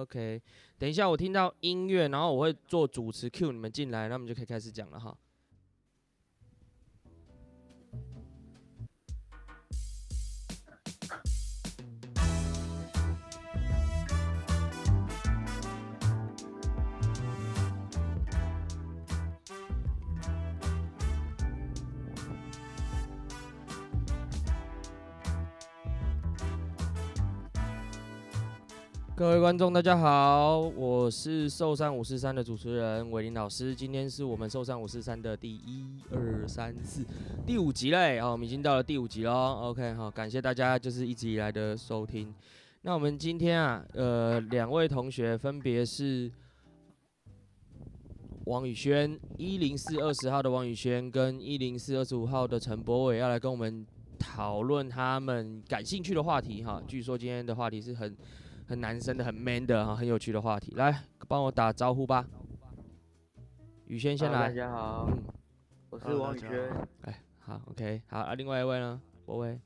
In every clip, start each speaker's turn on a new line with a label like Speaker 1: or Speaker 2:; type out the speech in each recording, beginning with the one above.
Speaker 1: OK，等一下我听到音乐，然后我会做主持 Q 你们进来，那我们就可以开始讲了哈。各位观众，大家好，我是寿山五四三的主持人伟林老师。今天是我们寿山五四三的第一、二、三、四、第五集嘞，哦好、我们已经到了第五集喽。OK，好，感谢大家就是一直以来的收听。那我们今天啊，呃，两位同学分别是王宇轩一零四二十号的王宇轩跟一零四二十五号的陈博伟要来跟我们讨论他们感兴趣的话题哈。据说今天的话题是很很男生的、很 man 的哈，很有趣的话题。来，帮我打招呼吧。宇轩先
Speaker 2: Hello，
Speaker 1: 来
Speaker 2: 大。家好，
Speaker 1: 嗯，
Speaker 2: 我是
Speaker 3: Hello，
Speaker 2: 王宇
Speaker 3: 大家
Speaker 2: 轩。
Speaker 1: 哎，好，OK，好啊。另外一位呢，博伟。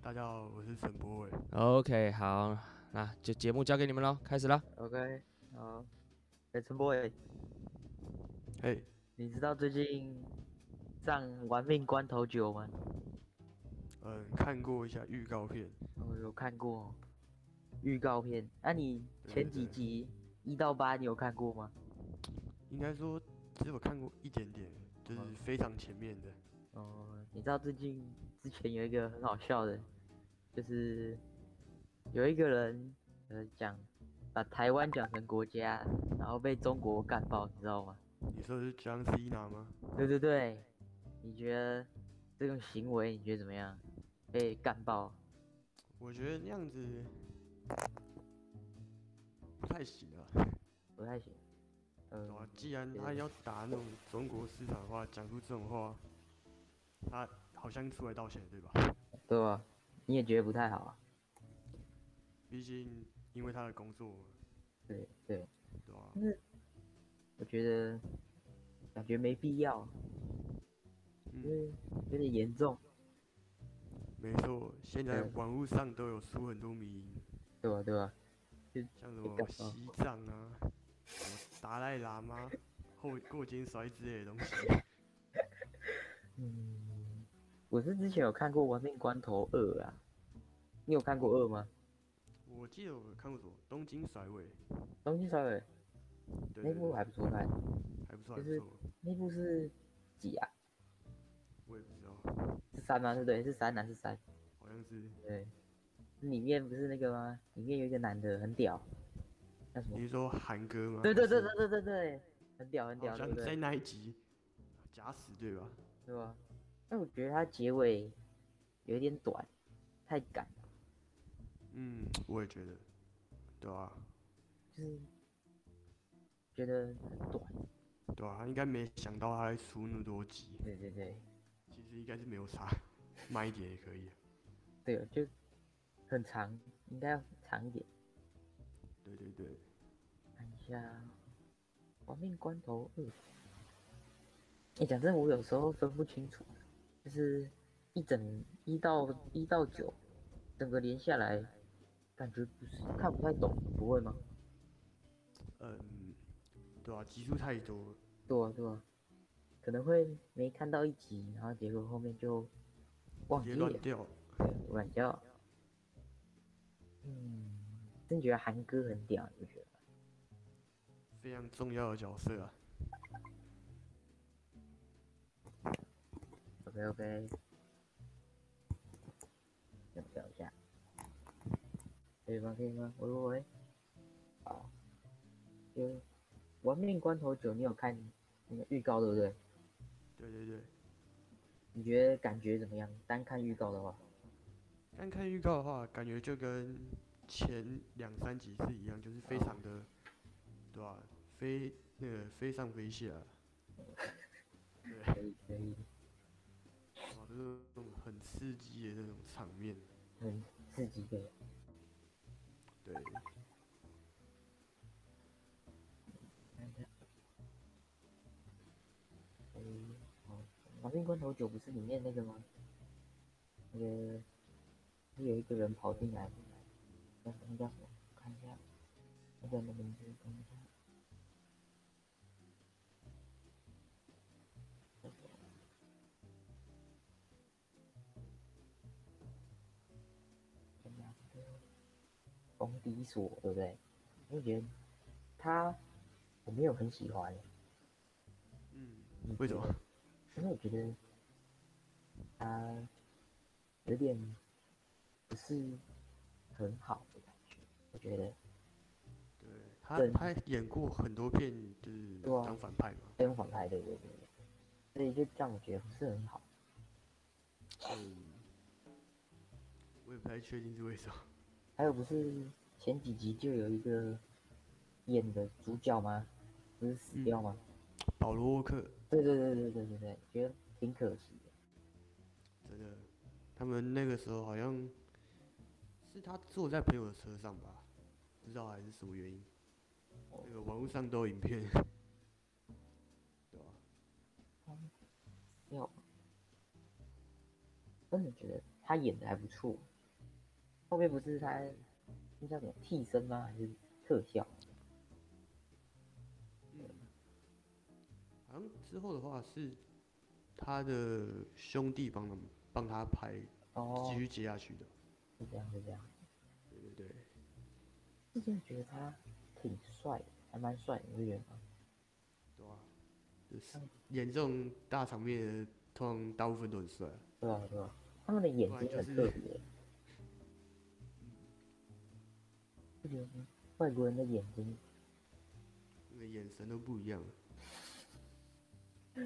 Speaker 3: 大家好，我是沈博伟。
Speaker 1: OK，好，那就节目交给你们喽，开始啦。
Speaker 2: OK，好。哎、陈博伟，
Speaker 3: 嘿，
Speaker 2: 你知道最近上玩命关头九吗？
Speaker 3: 嗯，看过一下预告片，
Speaker 2: 我有看过预告片。那、你
Speaker 3: 对
Speaker 2: 前
Speaker 3: 对
Speaker 2: 几
Speaker 3: 对
Speaker 2: 集一到八你有看过吗？
Speaker 3: 应该说只有看过一点点，就是
Speaker 2: 嗯
Speaker 3: 非常前面的。
Speaker 2: 哦、你知道最近之前有一个很好笑的，就是有一个人呃讲把台湾讲成国家，然后被中国干爆，你知道吗？
Speaker 3: 你说的是 John Cena 吗？
Speaker 2: 对对对，你觉得这种行为你觉得怎么样？被干爆？
Speaker 3: 我觉得那样子不太行啊。
Speaker 2: 不太行。
Speaker 3: 对
Speaker 2: 嗯，
Speaker 3: 啊，既然
Speaker 2: 对
Speaker 3: 他要打那种中国市场的话，讲出这种话，他好像出来道歉对吧？
Speaker 2: 对吧？你也觉得不太好啊？
Speaker 3: 毕竟因为他的工作，
Speaker 2: 对对，
Speaker 3: 对吧、
Speaker 2: 我觉得感觉没必要，因
Speaker 3: 嗯，
Speaker 2: 为有点严重，
Speaker 3: 没错，现在
Speaker 2: 嗯
Speaker 3: 网络上都有出很多迷因。
Speaker 2: 对吧？对吧？
Speaker 3: 像什
Speaker 2: 被
Speaker 3: 么
Speaker 2: 感到
Speaker 3: 西藏啊、什么达赖喇嘛 后过肩摔之类的东西。
Speaker 2: 嗯，我是之前有看过《亡命关头二》啊，你有看过二吗？
Speaker 3: 我记得我看过什么东京甩尾，
Speaker 2: 东京小尾那
Speaker 3: 对对
Speaker 2: 部
Speaker 3: 对，
Speaker 2: 还不错看，
Speaker 3: 还不
Speaker 2: 就
Speaker 3: 错，还不
Speaker 2: 是
Speaker 3: 错，
Speaker 2: 那部是几啊？
Speaker 3: 我也不知道，
Speaker 2: 是三吗？对不对？是三啊，是三。
Speaker 3: 好像是
Speaker 2: 对，里面不是那个吗？里面有一个男的很屌，叫什么
Speaker 3: 你？是说韩哥吗？
Speaker 2: 对对对
Speaker 3: 还
Speaker 2: 对对对对，很屌很
Speaker 3: 是，
Speaker 2: 屌，
Speaker 3: 好
Speaker 2: 对
Speaker 3: 像
Speaker 2: 不
Speaker 3: 在
Speaker 2: 对？
Speaker 3: 那一集假死对吧？
Speaker 2: 对吧？但我觉得他结尾有点短，太赶了，
Speaker 3: 嗯，我也觉得，对啊，
Speaker 2: 就是觉得很短。
Speaker 3: 对啊，他应该没想到他会出那么多集，
Speaker 2: 对对对
Speaker 3: 其实应该是没有差， 慢一点也可以啊。
Speaker 2: 对，就很长，应该要长一点。
Speaker 3: 对对对，
Speaker 2: 看一下《亡命关头二》。哎，讲真，我有时候分不清楚，就是一整一到一到九，整个连下来，感觉不是看不太懂，不会吗？
Speaker 3: 嗯，对啊，集数太多了，
Speaker 2: 对啊，对啊，可能会没看到一集，然后结果后面就忘
Speaker 3: 直
Speaker 2: 记
Speaker 3: 接
Speaker 2: 了
Speaker 3: 乱，
Speaker 2: 对
Speaker 3: 掉。
Speaker 2: 乱掉。嗯，真觉得韩哥很屌，你不觉得吗？
Speaker 3: 非常重要的角色啊。
Speaker 2: OK OK，等我一下，可以吗？可以吗？喂喂喂，好，有亡命关头九，你有看那个预告对不对？
Speaker 3: 对对对，
Speaker 2: 你觉得感觉怎么样？单看预告的话，
Speaker 3: 但看预告的话，感觉就跟前两三集是一样，就是非常的，对吧、非那个非上非下，啊
Speaker 2: 可以可以，
Speaker 3: 哇，就是那种很刺激的那种场面。
Speaker 2: 很刺激的。
Speaker 3: 对，
Speaker 2: 嗯，哦，亡命关头九不是里面那个吗？那个有一个人跑进来，那那叫什么？看一下，哎、日本的名字等一下。那个冯迪索对不对？我觉得他我没有很喜欢，
Speaker 3: 嗯，
Speaker 2: 你
Speaker 3: 为什
Speaker 2: 觉
Speaker 3: 么
Speaker 2: 得？？因为我觉得他有点不是很好的感觉，我觉得
Speaker 3: 对他
Speaker 2: 对
Speaker 3: 他演过很多片，就是
Speaker 2: 对啊
Speaker 3: 当反派嘛。
Speaker 2: 跟反派对对对，所以就让我觉得不是很好。
Speaker 3: 嗯，我也不太确定是为什么。
Speaker 2: 还有不是前几集就有一个演的主角吗？不是死
Speaker 3: 嗯
Speaker 2: 掉吗？
Speaker 3: 保罗沃克
Speaker 2: 对对对对对对对，觉得挺可惜的。
Speaker 3: 真的，他们那个时候好像是他坐在朋友的车上吧，不知道还是什么原因，那个网络上都有影片， 对吧、啊
Speaker 2: 要，真的觉得他演的还不错。后面不是他那叫什么替身吗？还是特效？
Speaker 3: 好像之后的话是他的兄弟帮他们帮他拍，
Speaker 2: 哦
Speaker 3: 继，续接下去的。
Speaker 2: 是这样，是这样。
Speaker 3: 对对对，
Speaker 2: 之前觉得他挺帅的，还蛮帅的，你不觉得吗？
Speaker 3: 对吧、就是演这种大场面的，通常大部分都很帅啊。
Speaker 2: 对啊，对啊，他们的眼
Speaker 3: 不然
Speaker 2: 睛
Speaker 3: 就
Speaker 2: 很
Speaker 3: 是
Speaker 2: 特别。不觉得吗外国人的眼睛
Speaker 3: 那个眼神都不一样了。啊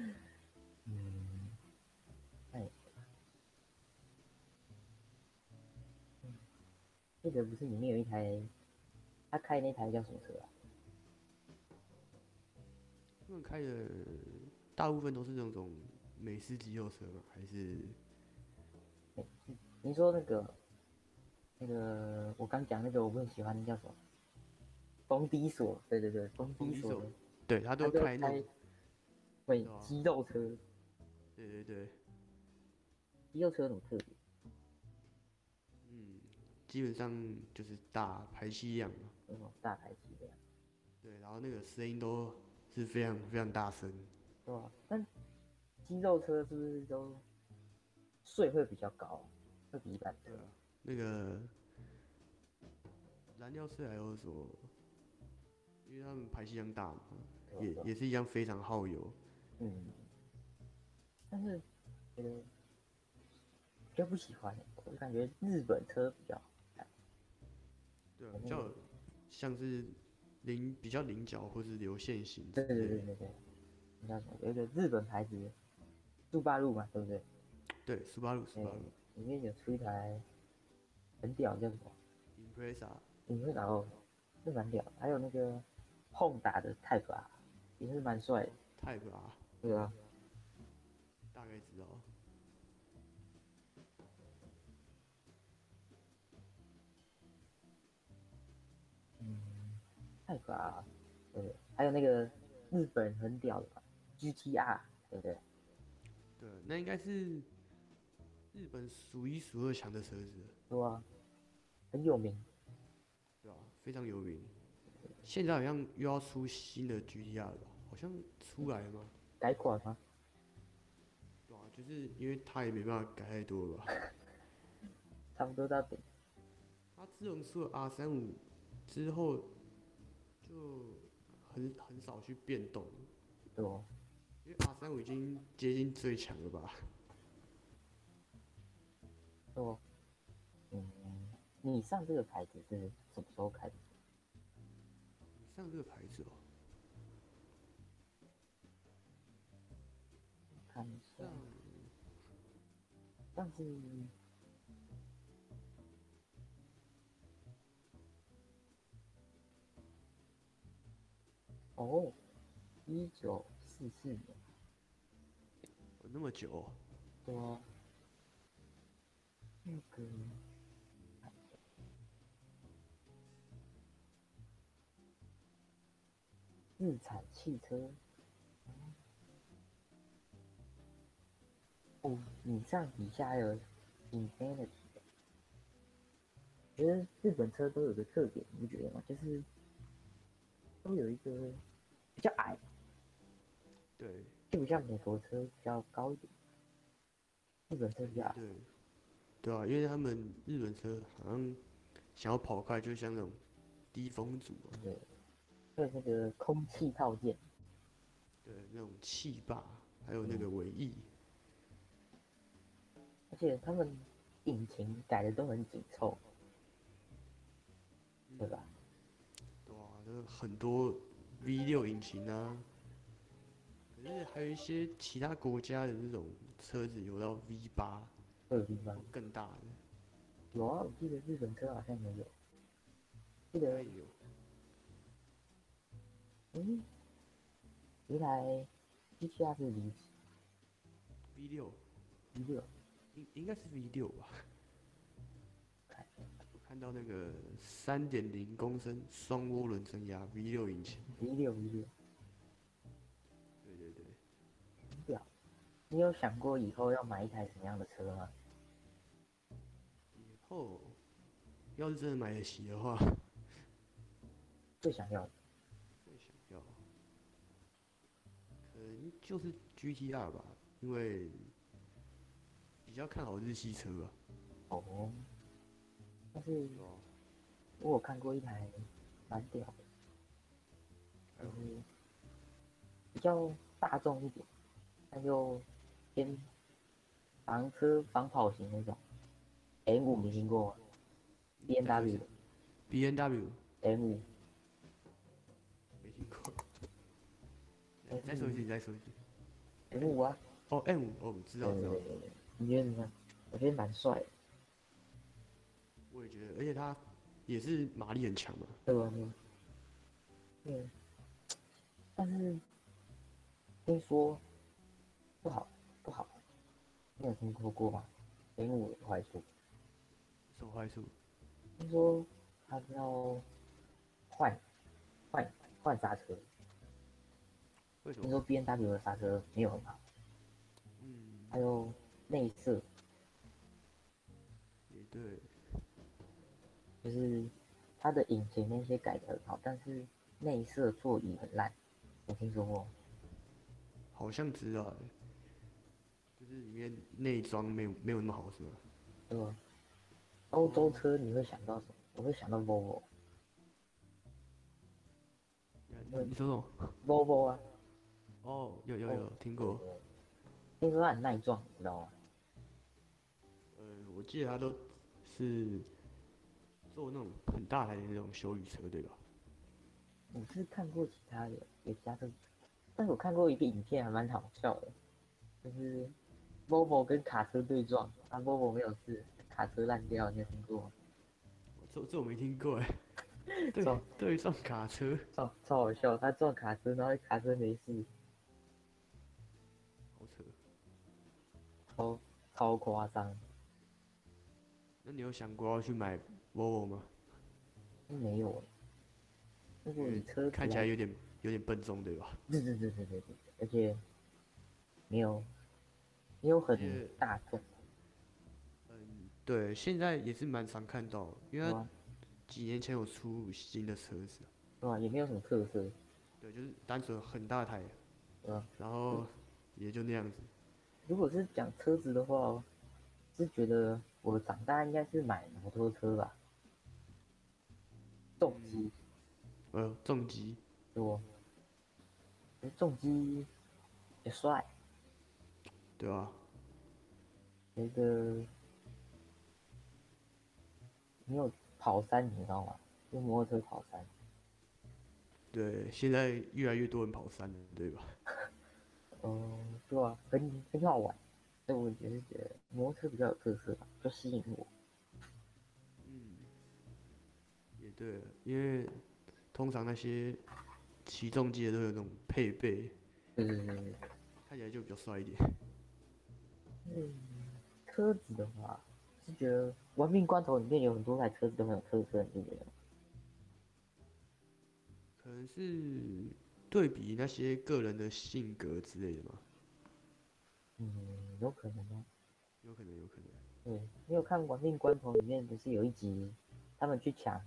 Speaker 2: 嗯，哎，嗯记得不是里面有一台，他开那台叫什么车啊？
Speaker 3: 他们开的大部分都是那种美式肌肉车嘛，还是
Speaker 2: 你说那个，那个我刚讲那个我不很喜欢的叫什么？风低索，对对对，风
Speaker 3: 风
Speaker 2: 低
Speaker 3: 衣
Speaker 2: 索
Speaker 3: 手
Speaker 2: 的，？
Speaker 3: 对他
Speaker 2: 他
Speaker 3: 都
Speaker 2: 就开
Speaker 3: 开那种，
Speaker 2: 美
Speaker 3: 对啊
Speaker 2: 肌肉车，
Speaker 3: 对对对，
Speaker 2: 肌肉车有什么特别？
Speaker 3: 嗯，基本上就是大排气量嘛。
Speaker 2: 有什么大排气量？
Speaker 3: 对，然后那个声音都是非常非常大声。
Speaker 2: 对吧？但肌肉车是不是都税会比较高，会比一般车
Speaker 3: 对啊，那个燃料车还有什么？因为他们排气量大嘛，
Speaker 2: 对吧
Speaker 3: 啊
Speaker 2: 啊
Speaker 3: 也
Speaker 2: 对吧
Speaker 3: 也是一样非常耗油。
Speaker 2: 嗯，但是觉得比较不喜欢欸、我感觉日本车比较好看
Speaker 3: 对
Speaker 2: 哦
Speaker 3: 啊，比较像是菱比较菱角或是流线型之
Speaker 2: 对对
Speaker 3: 类
Speaker 2: 对
Speaker 3: 的
Speaker 2: 对。对对，你叫什么？有一个日本牌子，杜巴路嘛，对不对？
Speaker 3: 对，斯巴鲁，斯
Speaker 2: 嗯
Speaker 3: 巴鲁
Speaker 2: 里面有出一台很屌，叫什么？
Speaker 3: ，Impreza，
Speaker 2: 你会打哦，是蛮屌的。还有那个 Honda 的 Type R 也是蛮帅的，
Speaker 3: Type R，
Speaker 2: 对啊，
Speaker 3: 大概知道。
Speaker 2: 嗯泰克啊，对不对？还有那个日本很屌的吧 GTR，对不对？
Speaker 3: 对，那应该是日本数一数二强的车子了，
Speaker 2: 对啊，很有名。
Speaker 3: 对吧、非常有名。现在好像又要出新的 GTR 了吧？好像出来了吗？
Speaker 2: 改款吗？
Speaker 3: 对啊，就是因为它也没办法改太多了吧。
Speaker 2: 差不多到顶。
Speaker 3: 它自从出了 R 三五之后，就很很少去变动了，
Speaker 2: 对哦，
Speaker 3: 因为 R 三五已经接近最强了吧？
Speaker 2: 对哦。嗯，你上这个牌子是什么时候开的？
Speaker 3: 像这个牌子哦、
Speaker 2: 看一下，
Speaker 3: 像
Speaker 2: 但是哦，一九四四年。
Speaker 3: 有那么久哦、
Speaker 2: 多那个日产汽车。哦，以上以下还有 Infinity，觉得日本车都有个特点，你不觉得吗？就是都有一个比较矮，
Speaker 3: 对
Speaker 2: 就比较美国车比较高一点，日本车比较矮。
Speaker 3: 对，对啊，因为他们日本车好像想要跑快，就像那种低风阻啊、
Speaker 2: 对，还有那个空气套件，
Speaker 3: 对那种气坝，还有那个尾翼，
Speaker 2: 而且他们引擎改的都很紧凑，对吧？
Speaker 3: 对啊，那很多 V 六引擎啊。可是还有一些其他国家的那种车子有到 V 八
Speaker 2: 会有地方
Speaker 3: 更大的，
Speaker 2: 有啊，我记得日本车好像也有，记
Speaker 3: 应该
Speaker 2: 得
Speaker 3: 也有。
Speaker 2: 嗯，原来 GTR 是离
Speaker 3: V 六
Speaker 2: 离六，
Speaker 3: 应应该是 V 六吧？
Speaker 2: 看
Speaker 3: 我看到那个三点零公升双涡轮增压 V 六引擎，
Speaker 2: 离六离六，
Speaker 3: 对对对，
Speaker 2: 你有想过以后要买一台什么样的车吗？
Speaker 3: 以后要是真的买得起的话，
Speaker 2: 最想要的
Speaker 3: 会想要，可能就是 GTR 吧，因为比较看好日系车吧，
Speaker 2: 哦，但是
Speaker 3: 对吧？
Speaker 2: 我有看过一台蛮屌的，
Speaker 3: 还
Speaker 2: 就
Speaker 3: 有
Speaker 2: 是比较大众一点，但又偏房车防跑型那种。M 五你听过吗？B N W
Speaker 3: B N W
Speaker 2: M 五
Speaker 3: 没听过，嗯来再说一次，你再说一次。
Speaker 2: M 五啊，
Speaker 3: 哦，M 五，哦，知
Speaker 2: 对
Speaker 3: 道知
Speaker 2: 对
Speaker 3: 道
Speaker 2: 对，对对，你觉得怎么样？我觉得蛮帅的，
Speaker 3: 我也觉得，而且它也是马力很强嘛，
Speaker 2: 对吧？对，但是听说不好不好，你有听说过吗？M 五有坏处。
Speaker 3: 什么坏处？
Speaker 2: 听说他要换换换刹车，
Speaker 3: 为什
Speaker 2: 听
Speaker 3: 么？
Speaker 2: 说 B N W 的刹车没有很好，
Speaker 3: 嗯，
Speaker 2: 还有内饰
Speaker 3: 也对，
Speaker 2: 就是它的引擎那些改的很好，但是内饰的座椅很烂，我听说过。
Speaker 3: 好像知道欸，就是里面内装没有没有那么好是吗？
Speaker 2: 对吧？欧洲车你会想到什么？我会想到 Volvo，Volvo 嗯
Speaker 3: 呃你说什么？
Speaker 2: 啊，
Speaker 3: 哦，有有
Speaker 2: 哦
Speaker 3: 有听过，
Speaker 2: 听说它很耐撞，你知道吗？
Speaker 3: 呃，我记得他都是做那种很大台的那种修理车对吧？
Speaker 2: 我是看过其他的，有其他车，但是我看过一个影片还蛮好笑的，就是 Volvo 跟卡车对撞，啊 Volvo 没有事，卡车烂掉，你有听过吗？
Speaker 3: 这这我没听 过哎，对
Speaker 2: 撞
Speaker 3: 对撞卡车，
Speaker 2: 超超好笑，他撞卡车，然后卡车没事，
Speaker 3: 好扯。
Speaker 2: 超超夸张，
Speaker 3: 那你有想过要去买 Volvo 吗？
Speaker 2: 没有欸。如果你车
Speaker 3: 嗯看起
Speaker 2: 主
Speaker 3: 来有点有点笨重对吧？
Speaker 2: 对对对对对对，而且没有没有很
Speaker 3: 且
Speaker 2: 大众，
Speaker 3: 嗯，对，现在也是蛮常看到，因
Speaker 2: 对
Speaker 3: 为它
Speaker 2: 吧？
Speaker 3: 几年前有出新的车子，啊
Speaker 2: 对啊吧？也没有什么特色，
Speaker 3: 对，就是单纯很大台，
Speaker 2: 对吧？
Speaker 3: 然后也就那样子。
Speaker 2: 如果是讲车子的话，是觉得我长大应该是买摩托车吧，重机
Speaker 3: 呃，重机，
Speaker 2: 多，可是重机也帅，
Speaker 3: 对吧、
Speaker 2: 那个没有跑山，你知道吗？用摩托车跑山，
Speaker 3: 对，现在越来越多人跑山了，对吧？
Speaker 2: 嗯，对啊，很很好玩，所以我也是觉得摩托车比较有特色吧，就吸引我。
Speaker 3: 嗯，也对，因为通常那些骑重机的都有那种配备，
Speaker 2: 对对对对，
Speaker 3: 看起来就比较帅一点。
Speaker 2: 嗯，车子的话，是觉得《玩命关头》里面有很多台车子都很有特色，你不觉得吗？
Speaker 3: 可能是 对比那些个人的性格之类的嘛，
Speaker 2: 嗯，有可能啊。
Speaker 3: 有可能，有可能。
Speaker 2: 对，你有看《玩命关头》里面不是有一集，他们去抢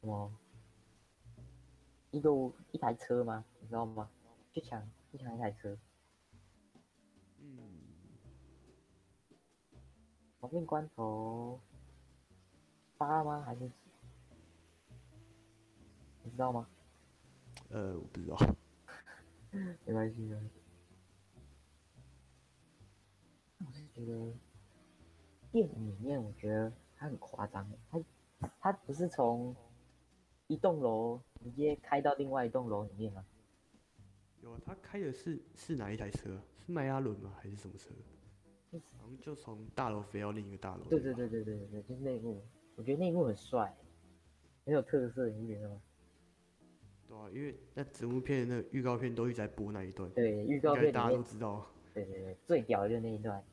Speaker 2: 什么一个我一台车嘛，你知道吗？去抢去抢一台车，
Speaker 3: 嗯，
Speaker 2: 亡命关头八吗？还是几？你知道吗？
Speaker 3: 呃，我不知道，
Speaker 2: 没关系的。那我是觉得电影里面，我觉得它很夸张欸，它它不是从一栋楼直接开到另外一栋楼里面吗？
Speaker 3: 有啊他开的是是哪一台车啊？是迈阿伦吗？还是什么车？
Speaker 2: 嗯
Speaker 3: 好像就从大楼飞到另一个大楼。
Speaker 2: 对对
Speaker 3: 吧
Speaker 2: 对对对对对，就是那一幕，我觉得那一幕很帅欸，很有特色，你不觉得吗？
Speaker 3: 对啊，因为那整部片的那个预告片都一直在播那一段，应
Speaker 2: 对，预告片
Speaker 3: 该
Speaker 2: 里
Speaker 3: 大家都
Speaker 2: 面，
Speaker 3: 知道。啊
Speaker 2: 对对对，最屌的就是那一段。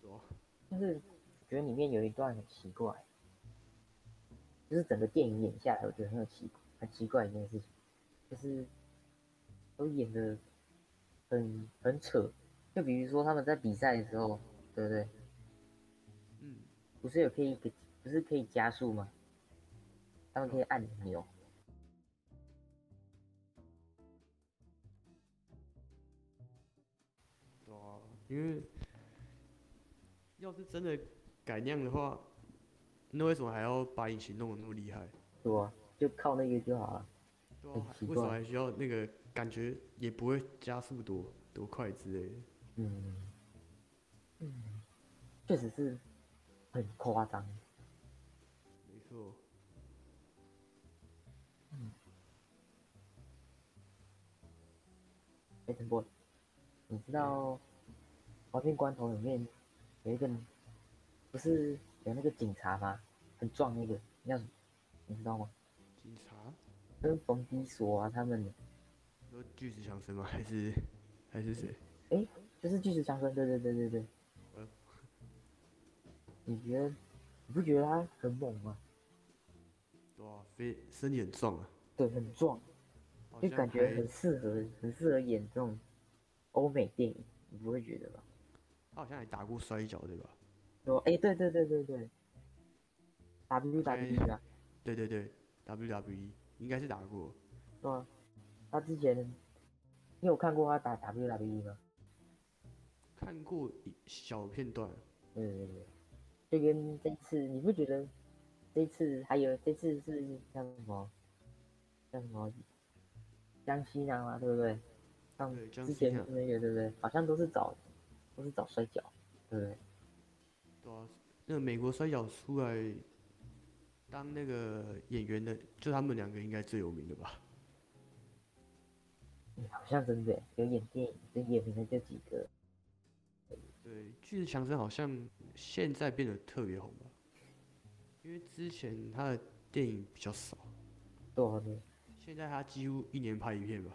Speaker 3: 对啊
Speaker 2: 但是我觉得里面有一段很奇怪，就是整个电影演下来，我觉得很有奇很奇怪的一件事情，就是都演的很很扯。就比如说他们在比赛的时候，对不对？
Speaker 3: 嗯，
Speaker 2: 不是有可以给不是可以加速吗？他们可以按钮，
Speaker 3: 对啊，因为要是真的改酿的话，那为什么还要把引擎弄得那么厉害？
Speaker 2: 对吧、就靠那个就好了。
Speaker 3: 对
Speaker 2: 很
Speaker 3: 啊，还
Speaker 2: 奇
Speaker 3: 为什么
Speaker 2: 怪
Speaker 3: 还需要那个感觉也不会加速多多快之类的？
Speaker 2: 嗯，嗯，确实是很夸张。
Speaker 3: 没错，
Speaker 2: 哎，陈波，你知道《亡命关头》里面有一个不是有那个警察吗？很壮那个，你叫什么你知道吗？
Speaker 3: 警察，
Speaker 2: 跟冯迪索啊他们，
Speaker 3: 说巨石强森吗？还是还是谁？
Speaker 2: 就是巨石强森，对对对对对
Speaker 3: 嗯。
Speaker 2: 你觉得你不觉得他很猛吗？
Speaker 3: 对啊，非身体很壮啊，
Speaker 2: 对，很壮，
Speaker 3: 好
Speaker 2: 就
Speaker 3: 像
Speaker 2: 感觉
Speaker 3: 还
Speaker 2: 很适合，很适合演这种欧美电影，你不会觉得吧？
Speaker 3: 他好像还打过摔跤对吧？
Speaker 2: 说，哎，对对对对对，WWE 啊，
Speaker 3: 对对对，WWE 应该是打过，
Speaker 2: 对啊，他之前，你有看过他打 WWE 吗？
Speaker 3: 看过一小片段，
Speaker 2: 对对对，就跟这次，你不觉得这次还有这次是像什么，像什么江西南啊，对不对？像
Speaker 3: 对江
Speaker 2: 之
Speaker 3: 西
Speaker 2: 前
Speaker 3: 南
Speaker 2: 那个，对不对？好像都是找都是找摔跤，对不对？
Speaker 3: 对啊，那个美国摔跤出来当那个演员的，就他们两个应该最有名的吧？
Speaker 2: 嗯好像真的耶有演电影，就演名的这几个，
Speaker 3: 对，巨石强森好像现在变得特别红吧，因为之前他的电影比较少，
Speaker 2: 多少年
Speaker 3: 现在他几乎一年拍一片吧，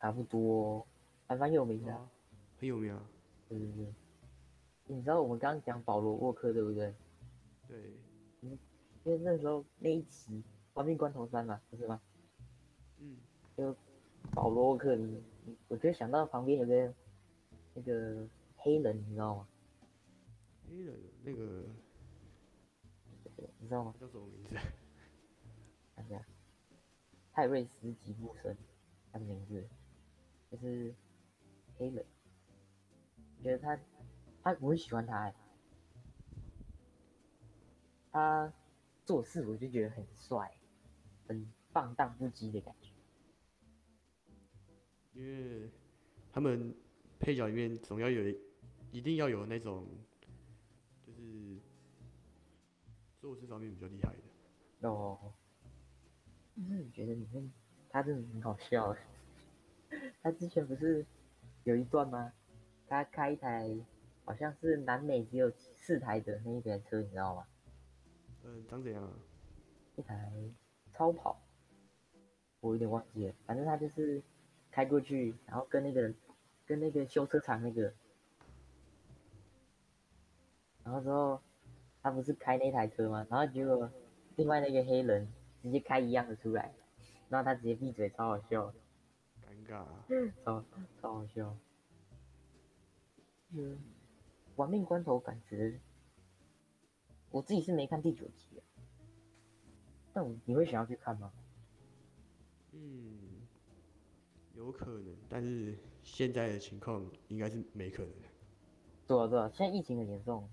Speaker 2: 差不多，还蛮有名
Speaker 3: 对
Speaker 2: 的啊、
Speaker 3: 啊，很有名啊。
Speaker 2: 对对对，你知道我们刚刚讲保罗沃克对不对？
Speaker 3: 对，
Speaker 2: 因为那时候那一集《亡命关头三》嘛，不是吗？
Speaker 3: 嗯，
Speaker 2: 保罗沃克，你你，我就想到旁边有个那个黑人，你知道吗？
Speaker 3: 黑人那个
Speaker 2: 你知道吗？
Speaker 3: 他叫什么名字？啊
Speaker 2: 看一下，泰瑞斯吉布森，他的名字就是黑人。我觉得他，他我很喜欢他、欸，他做事我就觉得很帅，很放荡不羁的感觉。
Speaker 3: 因为他们配角里面总要有一，一定要有那种，就是做事方面比较厉害的。
Speaker 2: 哦，那你觉得里面他真的很好笑 欸？他之前不是有一段吗？他开一台好像是南美只有四台的那一台车，你知道吗？
Speaker 3: 嗯、长怎样啊？
Speaker 2: 一台超跑，我有点忘记了。反正他就是开过去，然后跟那个跟那个修车厂那个，然后之后他不是开那台车吗？然后结果另外那个黑人直接开一样的出来，然后他直接闭嘴，超好笑，
Speaker 3: 尴尬、啊。
Speaker 2: 超超好笑。嗯，亡命关头感觉我自己是没看第九集啊，但我你会想要去看吗？
Speaker 3: 嗯，有可能，但是现在的情况应该是没可能的，
Speaker 2: 对啊对啊，现在疫情很严重，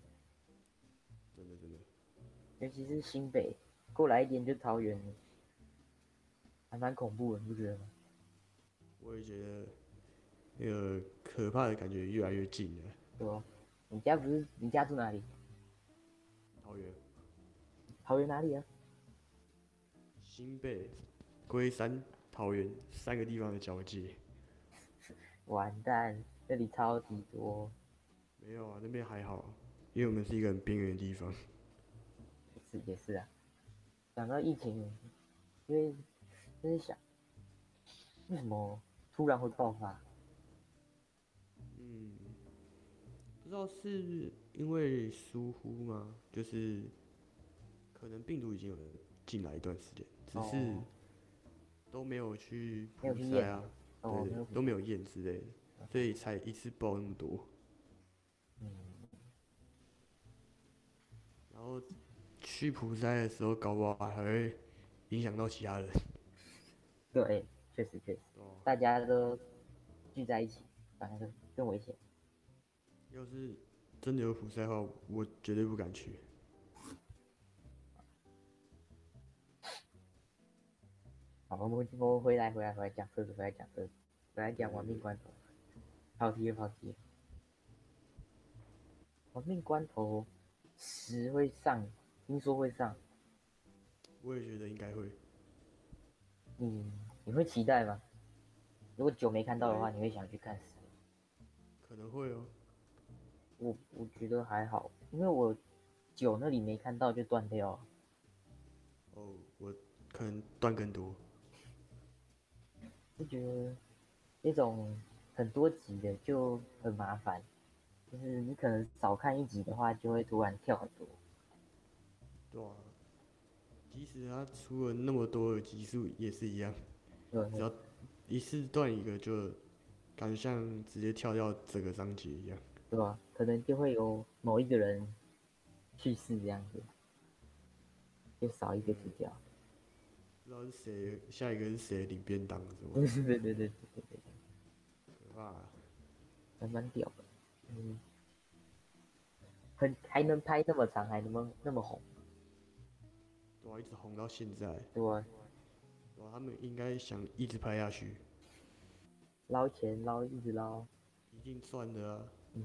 Speaker 3: 真的真的。
Speaker 2: 尤其是新北，过来一点就桃园了，还蛮恐怖的，你不觉得吗？
Speaker 3: 我也觉得那个可怕的感觉越来越近了。
Speaker 2: 对吧、你家不是你家住哪里？
Speaker 3: 桃园、
Speaker 2: 桃园哪里啊？
Speaker 3: 新北、龟山、桃园三个地方的交界，
Speaker 2: 完蛋，那里超级多，
Speaker 3: 没有啊，那边还好，因为我们是一个很边缘的地方。
Speaker 2: 也是也是啊。讲到疫情，因为就是想，为什么突然会爆发？
Speaker 3: 嗯，不知道是因为疏忽吗？就是可能病毒已经有进来一段时间，只是
Speaker 2: 哦
Speaker 3: 都没有去
Speaker 2: 没有
Speaker 3: 普
Speaker 2: 去
Speaker 3: 筛
Speaker 2: 验
Speaker 3: 啊，
Speaker 2: 哦，
Speaker 3: 对
Speaker 2: 没有
Speaker 3: 对，都没有验之类的，所以才一次爆那么多。
Speaker 2: 嗯，
Speaker 3: 然后去普筛的时候，搞不好还会影响到其他人。
Speaker 2: 对，哎确实确实，
Speaker 3: 哦，
Speaker 2: 大家都聚在一起，反正更危险。
Speaker 3: 要是真的有普筛的话，我绝对不敢去。
Speaker 2: 好，我们我们回来回来回来讲车子，回来讲车子，回来讲亡命关头。跑题了跑题了。亡命关头十会上，听说会上，
Speaker 3: 我也觉得应该会。
Speaker 2: 你你会期待吗？如果久没看到的话，你会想去看十？
Speaker 3: 可能会哦。
Speaker 2: 我我觉得还好，因为我九那里没看到就断掉了。
Speaker 3: 哦，我可能断更多。
Speaker 2: 就觉得那种很多集的就很麻烦，就是你可能少看一集的话，就会突然跳很多。
Speaker 3: 对啊，即使他出了那么多的集数，也是一样，
Speaker 2: 对，
Speaker 3: 只要一次断一个，就感觉像直接跳掉整个章节一样。
Speaker 2: 对吧？可能就会有某一个人去世这样子，就少一个主角。
Speaker 3: 不知道是谁，下一个是谁领便当什么
Speaker 2: 对对对对对对对对，
Speaker 3: 可怕啊。
Speaker 2: 还蛮屌的。嗯，很还能拍那么长，还能么那么红，
Speaker 3: 对啊，一直红到现在，
Speaker 2: 对吧？
Speaker 3: 对啊，他们应该想一直拍下去，
Speaker 2: 捞钱捞一直捞，
Speaker 3: 一定赚的啊。
Speaker 2: 嗯，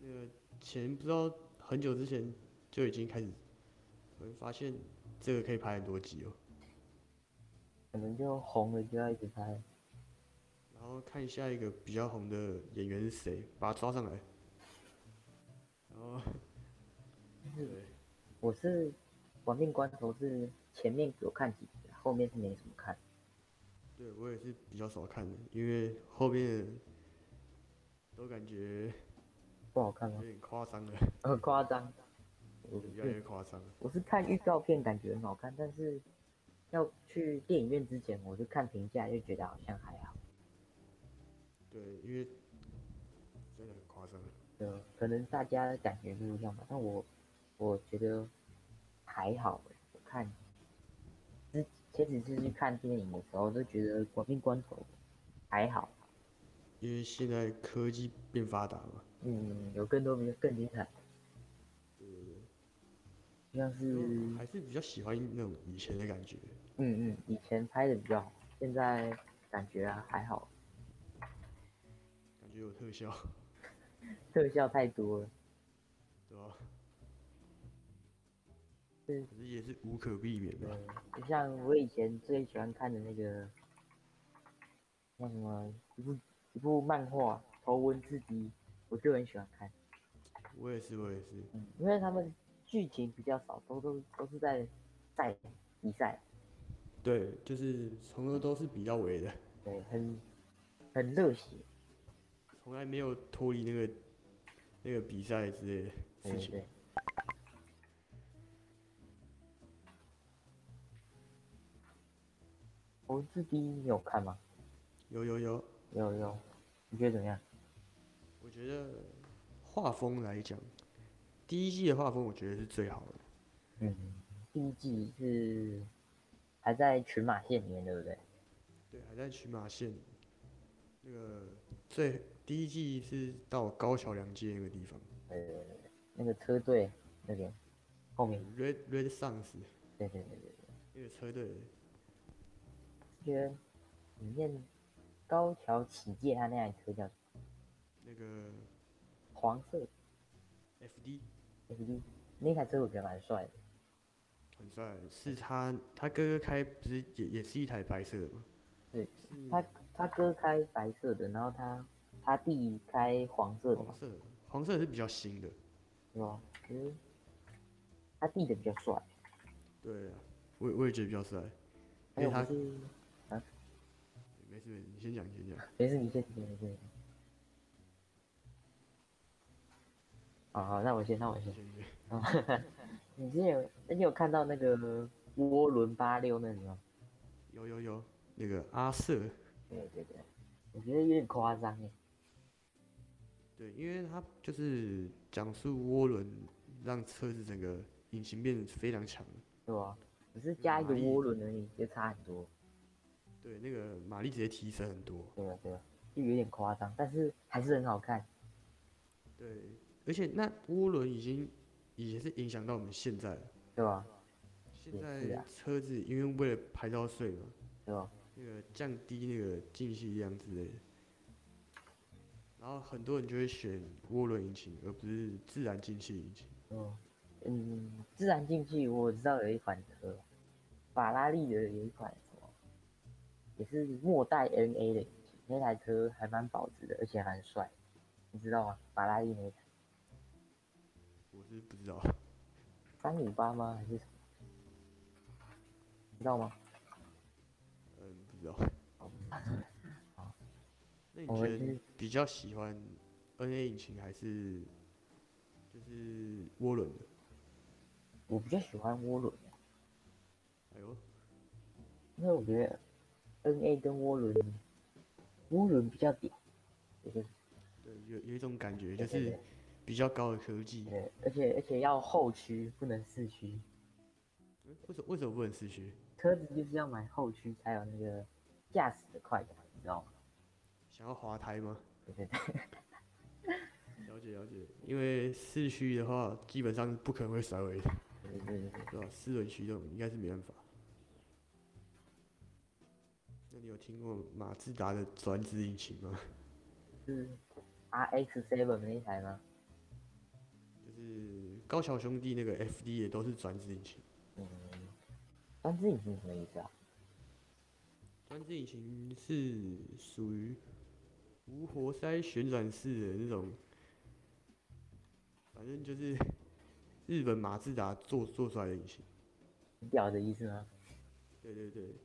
Speaker 3: 那个钱不知道很久之前就已经开始，我们发现这个可以拍很多集哦。
Speaker 2: 可能就红了就要一直拍。
Speaker 3: 然后看下一个比较红的演员是谁，把他抓上来。然后，对，
Speaker 2: 我是《亡命关头》是前面有看几集，啊后面是没什么看。
Speaker 3: 对我也是比较少看的，因为后面都感觉
Speaker 2: 不好看
Speaker 3: 有
Speaker 2: 吗？
Speaker 3: 点夸张了，
Speaker 2: 很夸张。我
Speaker 3: 越来
Speaker 2: 是
Speaker 3: 越夸张了。
Speaker 2: 我是看预告片感觉很好看，但是要去电影院之前，我就看评价就觉得好像还好。
Speaker 3: 对，因为真的很夸张。
Speaker 2: 呃，可能大家的感觉不一样吧，但我我觉得还好欸、我看之前几次去看电影的时候，都觉得《亡命关头》还好，
Speaker 3: 因为现在科技变发达嘛，
Speaker 2: 嗯，有更多比较更精彩，
Speaker 3: 对对
Speaker 2: 嗯
Speaker 3: 对，
Speaker 2: 就像是
Speaker 3: 就还是比较喜欢那种以前的感觉。
Speaker 2: 嗯嗯，以前拍的比较好，现在感觉啊还好，
Speaker 3: 感觉有特效，
Speaker 2: 特效太多了。
Speaker 3: 对吧、
Speaker 2: 对
Speaker 3: 可是也是无可避免的
Speaker 2: 对
Speaker 3: 吧。，
Speaker 2: 就像我以前最喜欢看的那个，那什么一部一部漫画《头文字 D》，我就很喜欢看，
Speaker 3: 我也是，我也是，
Speaker 2: 嗯，因为他们剧情比较少，都都都是在赛比赛，
Speaker 3: 对，就是从头都是比较尾的，
Speaker 2: 对，很很热血，
Speaker 3: 从来没有脱离那个那个比赛之类的
Speaker 2: 对哎对
Speaker 3: 事情。
Speaker 2: 对。头文字 D 你有看吗？
Speaker 3: 有有有，
Speaker 2: 有有，你觉得怎么样？
Speaker 3: 我觉得画风来讲，第一季的画风我觉得是最好的。
Speaker 2: 嗯，第一季是还在群马县里面，对不对？
Speaker 3: 对，还在荨麻县。那个最第一季是到高桥良街那个地方
Speaker 2: 呃，那个车队那边后面，
Speaker 3: ，Red Red Suns
Speaker 2: 对对对对
Speaker 3: 那个车队，
Speaker 2: 对，因为里面高桥启介他那台车叫什么
Speaker 3: 那个
Speaker 2: 黄色
Speaker 3: FD
Speaker 2: FD，那台车我觉得蛮帅的，
Speaker 3: 很帅，是他他哥哥开，不是也也是一台白色的吗？
Speaker 2: 对
Speaker 3: 是
Speaker 2: 他他哥开白色的，然后他他弟开黄色的嘛
Speaker 3: 黄，色的，黄色的是比较新的。
Speaker 2: 是吧？可是他弟的比较帅，
Speaker 3: 对啊，我也我也觉得比较帅，
Speaker 2: 还
Speaker 3: 因为
Speaker 2: 有
Speaker 3: 他
Speaker 2: 不是，
Speaker 3: 没事没事，你先讲你先讲。
Speaker 2: 没事，你先，你先，你先。好哦好，那我先，那我先
Speaker 3: 你。先你先
Speaker 2: 你之前有，那你有看到那个涡轮八六那里吗？
Speaker 3: 有有有，那个阿瑟，
Speaker 2: 对对对，我觉得有点夸张耶。
Speaker 3: 对，因为他就是讲述涡轮让车子整个引擎变得非常强，
Speaker 2: 对吧？只是加一个
Speaker 3: 蚂蚁
Speaker 2: 涡轮而已，就差很多，
Speaker 3: 对，那个马力直接提升很多。
Speaker 2: 对啊吧？对吧？就有点夸张，但是还是很好看。
Speaker 3: 对，而且那涡轮已经也是影响到我们现在了。
Speaker 2: 对吧？
Speaker 3: 现
Speaker 2: 也是
Speaker 3: 在
Speaker 2: 啊
Speaker 3: 车子因为为了牌照税嘛，
Speaker 2: 对吧？
Speaker 3: 那个降低那个进气量之类的，然后很多人就会选涡轮引擎，而不是自然进气引擎。
Speaker 2: 嗯嗯，自然进气我知道有一款车，法拉利的有一款什么，也是末代 NA 的，那台车还蛮保值的，而且还蛮帅，你知道吗？法拉利那台
Speaker 3: 我是不知道，
Speaker 2: 三五八吗？还是什么？你知道吗？
Speaker 3: 嗯，不知道。那你
Speaker 2: 我
Speaker 3: 觉
Speaker 2: 是
Speaker 3: 得比较喜欢 NA 引擎还是就是涡轮的？
Speaker 2: 我比较喜欢涡轮，啊
Speaker 3: 哎呦，
Speaker 2: 因为我觉得 NA 跟涡轮，涡轮比较屌，就是
Speaker 3: 对，有有一种感觉，
Speaker 2: 对
Speaker 3: 就
Speaker 2: 对
Speaker 3: 是
Speaker 2: 对
Speaker 3: 比较高的科技。
Speaker 2: 呃，而且而且要后驱，不能四驱。
Speaker 3: 嗯为什么为什么不能四驱？
Speaker 2: 车子就是要买后驱才有那个驾驶的快感，你知道吗？
Speaker 3: 想要滑胎吗？
Speaker 2: 对对对，
Speaker 3: 了解了解，因为四驱的话，基本上是不可能会甩尾的，
Speaker 2: 对对对对
Speaker 3: 对吧？四轮驱动应该是没办法。那你有听过马自达的转子引擎吗？
Speaker 2: 是 RX Seven 那一台吗？
Speaker 3: 就是高桥兄弟那个 FD 也都是转子引擎。
Speaker 2: 嗯，但自己是什么意思啊？
Speaker 3: 转子引擎是属于无活塞旋转式的那种，反正就是 日本马自达做做出来的引擎。
Speaker 2: 很屌的意思吗？
Speaker 3: 对对对，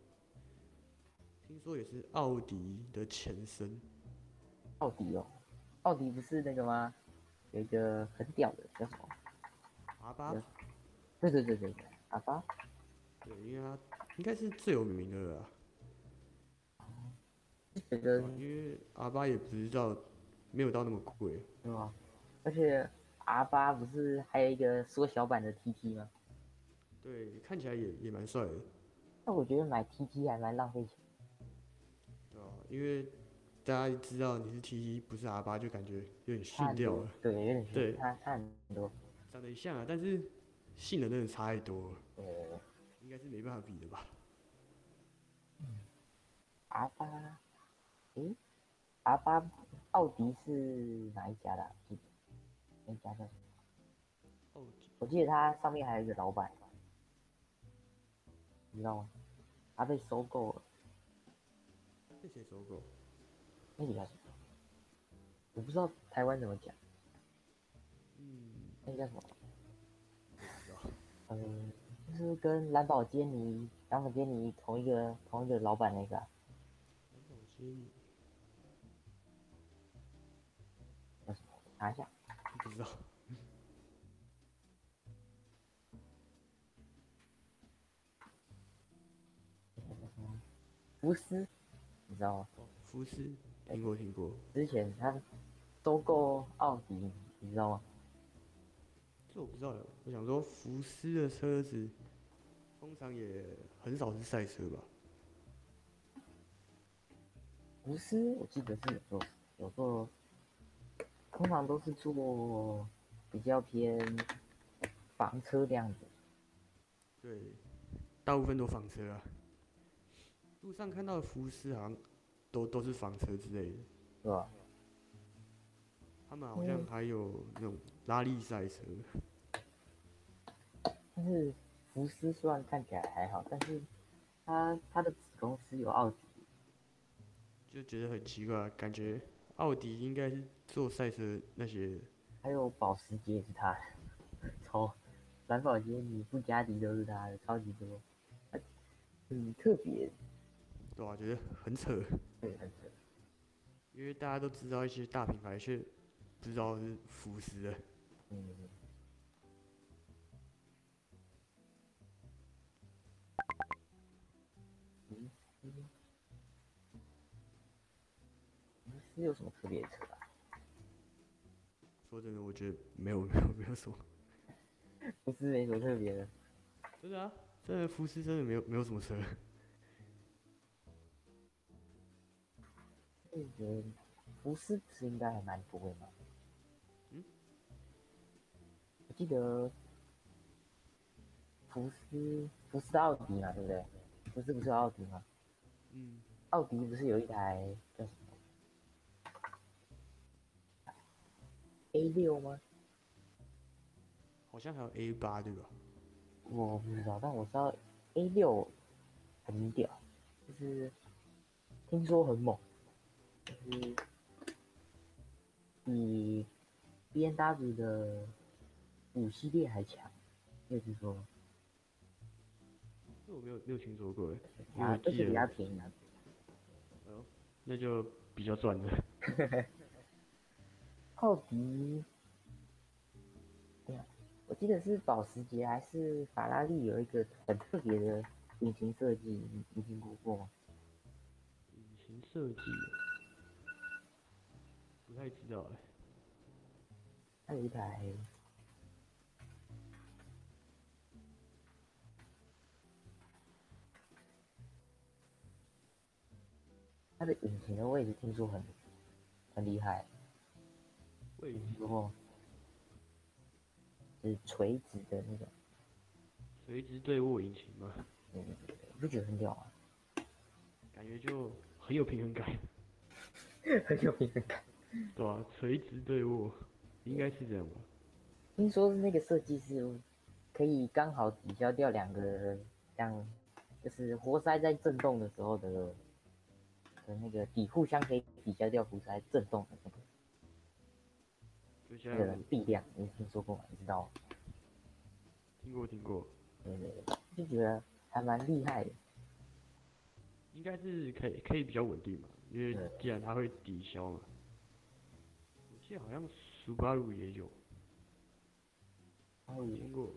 Speaker 3: 听说也是奥迪的前身。
Speaker 2: 奥迪哦，奥迪不是那个吗？有一个很屌的叫什么？
Speaker 3: 阿巴
Speaker 2: 对，对对对对对，喇叭。
Speaker 3: 对，因为它应该是最有名的了啦，啊
Speaker 2: 就觉得
Speaker 3: 因为阿巴也不知道没有到那么贵，
Speaker 2: 是吗？而且 R 八不是还有一个缩小版的 TT 吗？
Speaker 3: 对，看起来也也蛮帅的，
Speaker 2: 那我觉得买 TT 还蛮浪费钱。
Speaker 3: 对吧、因为大家知道你是 T 1不是阿巴，就感觉有点逊
Speaker 2: 差很
Speaker 3: 掉
Speaker 2: 多
Speaker 3: 了，
Speaker 2: 对，有点逊
Speaker 3: 对
Speaker 2: 差差很多。
Speaker 3: 长得像啊，但是性能真的差太多了，
Speaker 2: 呃
Speaker 3: 应该是没办法比的吧？
Speaker 2: ，R 八，诶，R 八，奥迪是哪一家的啊、记得那家叫什么？
Speaker 3: 奥迪
Speaker 2: 我记得它上面还有一个老板，你知道吗？他被收购了，
Speaker 3: 被谁收购？
Speaker 2: 那个叫什么？我不知道台湾怎么讲，
Speaker 3: 嗯，
Speaker 2: 那个叫什么？
Speaker 3: 知道
Speaker 2: 嗯，就是跟蓝宝坚尼、蓝宝坚尼同一个同一个老板那个啊、
Speaker 3: 蓝宝坚尼
Speaker 2: 叫什么？查一下，
Speaker 3: 不知道，
Speaker 2: 福斯，你知道吗？
Speaker 3: 哦，福斯听过听过，
Speaker 2: 之前他收购奥迪，你知道吗？
Speaker 3: 这我不知道了。我想说，福斯的车子通常也很少是赛车吧？
Speaker 2: 厨师我记得是有做，有做，通常都是做比较偏房车这样子。
Speaker 3: 对，大部分都房车啊。路上看到的服饰好像都都是房车之类的，
Speaker 2: 是吧？
Speaker 3: 他们好像
Speaker 2: 嗯
Speaker 3: 还有那种拉力赛车，
Speaker 2: 但是福斯虽然看起来还好，但是它它的子公司有奥迪，
Speaker 3: 就觉得很奇怪，感觉奥迪应该是做赛车那些的，
Speaker 2: 还有保时捷也是它的，超蓝宝坚尼、布加迪都是它的，超级多，它很特别，
Speaker 3: 对吧、觉得很扯，
Speaker 2: 对，很特别。
Speaker 3: 因为大家都知道一些大品牌，却不知道是福斯的。
Speaker 2: 嗯，嗯嗯嗯是有什么特别的车啊？
Speaker 3: 说真的，我觉得没有 没有没有什么，
Speaker 2: 不是没什么特别的，
Speaker 3: 真的啊，真的福斯真的没有没有什么车，
Speaker 2: 我觉得福斯不是应该还蛮多的吗？
Speaker 3: 嗯，
Speaker 2: 我记得福斯福斯的奥迪嘛，对不对？福斯不是有奥迪吗？
Speaker 3: 嗯，
Speaker 2: 奥迪不是有一台叫什么 A 六吗？
Speaker 3: 好像还有 A 八对吧？
Speaker 2: 我不知道，但我知道 A 六很屌，就是听说很猛，就是比 B N W 的五系列还强。你有听说吗？
Speaker 3: 这我没有没有听说过哎，因为
Speaker 2: 啊
Speaker 3: 我，
Speaker 2: 而
Speaker 3: 记
Speaker 2: 且比较
Speaker 3: 得
Speaker 2: 便宜啊。
Speaker 3: 那就比较赚的。
Speaker 2: 奥迪，对呀，我记得是保时捷还是法拉利有一个很特别的引擎设计，你你听说过吗？
Speaker 3: 引擎设计，不太知道哎。
Speaker 2: 它有一台，它的引擎的位置听说很很厉害，
Speaker 3: 位置
Speaker 2: 听说过吗？就是垂直的那种，
Speaker 3: 垂直对卧引擎嘛，
Speaker 2: 嗯，你不觉得很屌啊吗？
Speaker 3: 感觉就很有平衡感，
Speaker 2: 很有平衡感。
Speaker 3: 对吧、垂直对卧应该是这样吧？
Speaker 2: 听说是那个设计师可以刚好抵消掉两个人，像就是活塞在震动的时候的的那个底互相可以抵消掉活塞震动的那个
Speaker 3: 就像
Speaker 2: 那个力量，你听说过吗？你知道吗？
Speaker 3: 听过听过，
Speaker 2: 对对对，就觉得还蛮厉害的。
Speaker 3: 应该是可以可以比较稳定嘛，因为
Speaker 2: 对
Speaker 3: 既然它会抵消嘛。我记得好像苏巴鲁也有
Speaker 2: 然后
Speaker 3: 听过，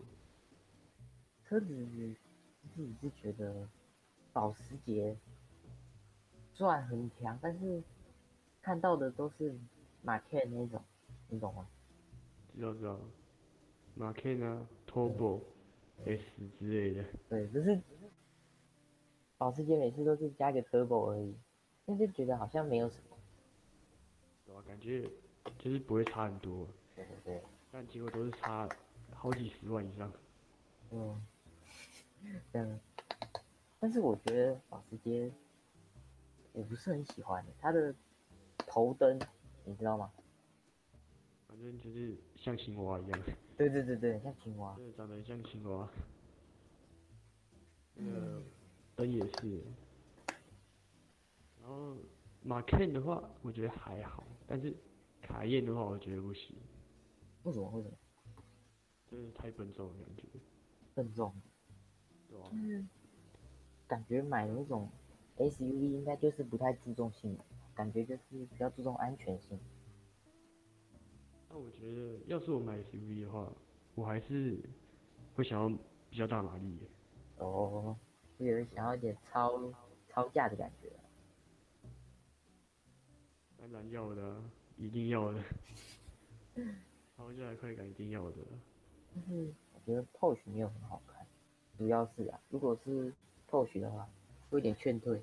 Speaker 2: 车子自己是觉得保时捷虽然很强，但是看到的都是马 K 那种，你懂吗？
Speaker 3: 知道知道，马 K 啊，Turbo S 之类的，
Speaker 2: 对，就是保时捷每次都是加个 turbo 而已，但就觉得好像没有什么。
Speaker 3: 对啊吧、感觉就是不会差很多。
Speaker 2: 对对对，
Speaker 3: 但结果都是差好几十万以上。
Speaker 2: 嗯，嗯，但是我觉得保时捷我不是很喜欢的，它的头灯你知道吗？
Speaker 3: 反正就是像青蛙一样，
Speaker 2: 对对对对，像青蛙。
Speaker 3: 真的长得很像青蛙。那个灯也是。然后马 Ken 的话，我觉得还好，但是卡宴的话，我觉得不行，
Speaker 2: 为什么为什么
Speaker 3: 真的太笨重的感觉，
Speaker 2: 笨重？
Speaker 3: 对吧、
Speaker 2: 感觉买那种 SUV 应该就是不太注重性能，感觉就是比较注重安全性。
Speaker 3: 那我觉得，要是我买 SUV 的话，我还是会想要比较大马力耶，
Speaker 2: 哦，我有点想要一点超超价的感觉。
Speaker 3: 当然要的啊、一定要的。超下来快感一定要的啊。
Speaker 2: 嗯，我觉得 Porsche 没有很好看，主要是啊，如果是 Porsche 的话，会有点劝退。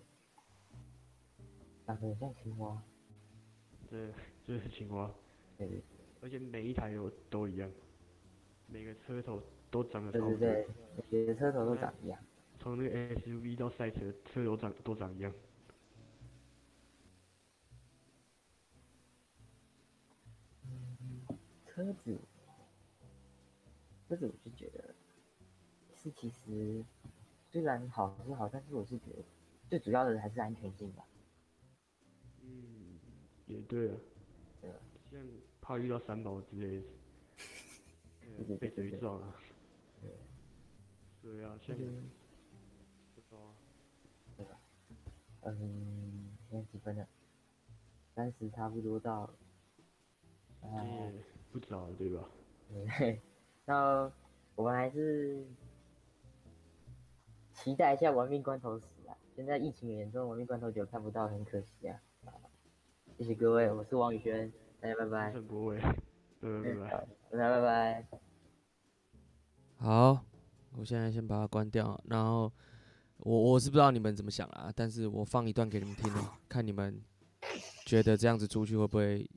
Speaker 2: 长得很像青蛙，
Speaker 3: 对，这是青蛙，
Speaker 2: 对对
Speaker 3: 而且每一台都都一样，每个车头都长得
Speaker 2: 对
Speaker 3: 差不
Speaker 2: 对
Speaker 3: 多，
Speaker 2: 对，每个车头都长一样。
Speaker 3: 从那个 SUV 到赛车，车头长都长一样。
Speaker 2: 车子，车子我是觉得是其实虽然好是好，但是我是觉得最主要的还是安全性吧。
Speaker 3: 嗯，也对啊
Speaker 2: 对啊，
Speaker 3: 像怕遇到三宝之类的，
Speaker 2: 对对
Speaker 3: 呃被
Speaker 2: 对
Speaker 3: 谁
Speaker 2: 对
Speaker 3: 撞啊？
Speaker 2: 对
Speaker 3: 对啊，像
Speaker 2: 嗯，
Speaker 3: 不知道啊
Speaker 2: 嗯，现在几分了？三十差不多到，
Speaker 3: 这
Speaker 2: 呃，
Speaker 3: 也不早了对吧？
Speaker 2: 对， 那我们还是期待一下《玩命关头十》啊！现在疫情严重，《玩命关头九》看不到，很可惜啊。谢谢各位，我是王宇轩，大家拜拜。嗯
Speaker 3: 陈国 伟，拜拜拜拜。
Speaker 2: 拜拜拜拜。
Speaker 1: 好，我现在先把它关掉，然后我我是不知道你们怎么想啦，但是我放一段给你们听哦，看你们觉得这样子出去会不会